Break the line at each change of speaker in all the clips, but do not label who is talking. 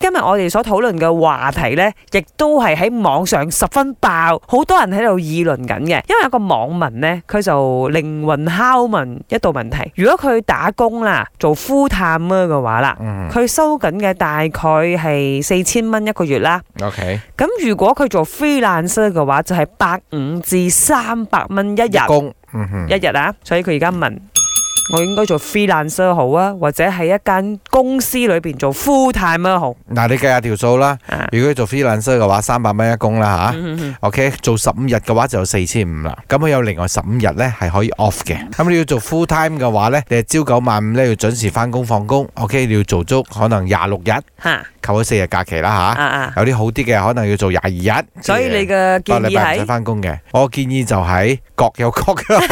日我哋所討論嘅話題呢，亦都係喺網上十分爆，好多人喺度議論緊嘅。因為有個網民呢，佢就靈魂拷問一道問題：如果佢打工啦，做 full time 啊嘅話啦，
嗯
佢收緊嘅大概係四千蚊一個月啦。
，OK，
咁如果佢做 freelancer 嘅話，就係百五至三百蚊一日。
工，嗯哼
一，日啊，所以佢而家問我應該做 freelancer 好啊，或者喺一間公司裏邊做 full time 啊好
嗱，你計下條數啦。
啊。
如果做 freelancer 嘅話，三百蚊一工啦吓。
嗯嗯嗯
OK，做十五日嘅話就四千五啦。咁佢有另外十五日咧係可以 off
嗯
嘅。咁你要做 full time 嘅話咧，你係朝九晚五咧要準時翻工放工。OK，你要做足可能廿六日，
吓
扣咗四日假期啦
啊
吓。
啊，
有啲好啲嘅可能要做廿二日。
所以你嘅建
個禮
議
拜唔使
係
翻工嘅，我建議就係各有各 嘅好。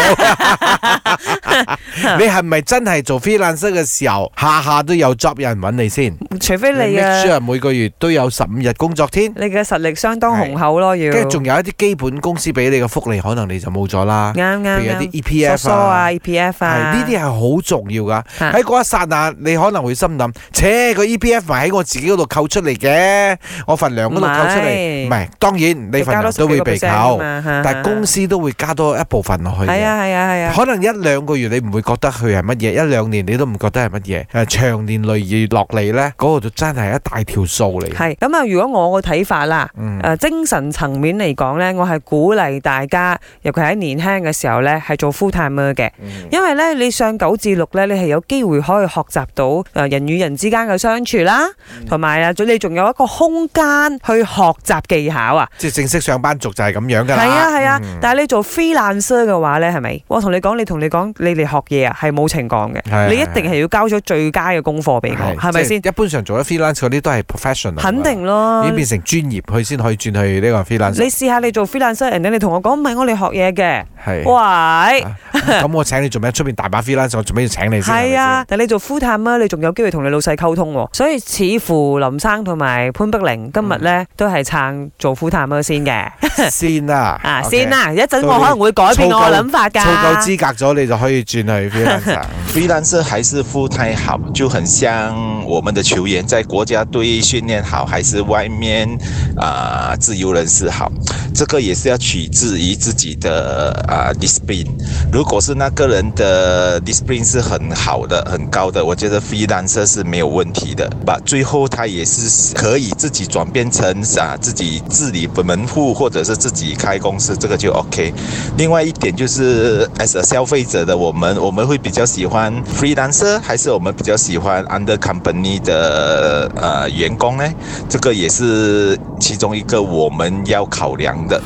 你係咪真係做 freelancer 嘅時候，下下都有 job 有人揾你先？
除非你
make
嘅
sure 每個月都有十五日工作天，
你嘅實力相當雄厚咯，要
跟住
啱
仲有一啲基本公司俾你嘅福利，可能你就冇咗啦。
啱
譬如有啲 E
啱。疏
EPF
疏啊
啊，係
，EPF 啊，
呢啲係好重要噶。
嚇
喺嗰一剎那，你可能會心諗：，切個 EPF 咪喺我自己嗰度扣出嚟嘅，我份糧嗰度扣出
唔
嚟。
係
唔係，當然你份糧都會被扣，但係公
司
司都會加多一部分落去嘅。
係啊係啊係啊，
可能一兩個月你唔會覺得佢係乜嘢，一兩年你都唔覺得係乜嘢。誒，長年累月落嚟呢，嗰、個就真係一大條數嚟。
係咁啊！如果我嘅睇法啦，誒、呃
嗯
精神層面嚟講咧，我係鼓勵大家，尤其喺年輕嘅時候咧，係做 full time 嘅，
嗯
因為咧你上九至六咧，你係有機會可以學習到誒人與人之間嘅相處啦，
嗯
同埋啊，你仲有一個空間去學習技巧啊。
即係正式上班族就係咁樣㗎啦。
係啊係啊，
嗯
但係你做 freelancer 嘅話咧，係咪？我同你講，你同你講，你嚟學嘢啊，係冇情講
係
嘅，你一定係要交咗最佳嘅功課俾我，係咪
即
先？
一般上做咗 freelance 嗰啲都係 professional，
肯定咯，
已經變成專業，佢先可以轉去呢個
你
freelance。
試下你做 freelancer，人哋你同我講唔係我哋學嘢嘅，
係。
喂，
咁我請你做咩？出面大把 freelance，我做咩要請你先？
係啊，啊但你做 full time 啊，你仲有機會同你老細溝通喎。所以似乎林生同埋潘碧玲今日咧都係撐做 full time 先嘅，
係咪先，先啦。
啊
OK
先。啦，一陣我可能會改變我嘅諗法㗎。
湊夠資格咗，你就可以轉去 freelance。
freelancer 还是 full time 好，就很像我们的球员在国家队训练好，还是外面啊、自由人士好，这个也是要取自于自己的啊、discipline。如果是那个人的 discipline 是很好的、很高的，我觉得 freelancer 是没有问题的。把最后他也是可以自己转变成啊自己自理门户，或者是自己开公司，这个就 OK。另外一点就是 as a 消费者的我们，我们会比较喜欢 freelancer，还是我们比较喜欢 under company 的呃员工呢？这个也是其中一个我们要考量的。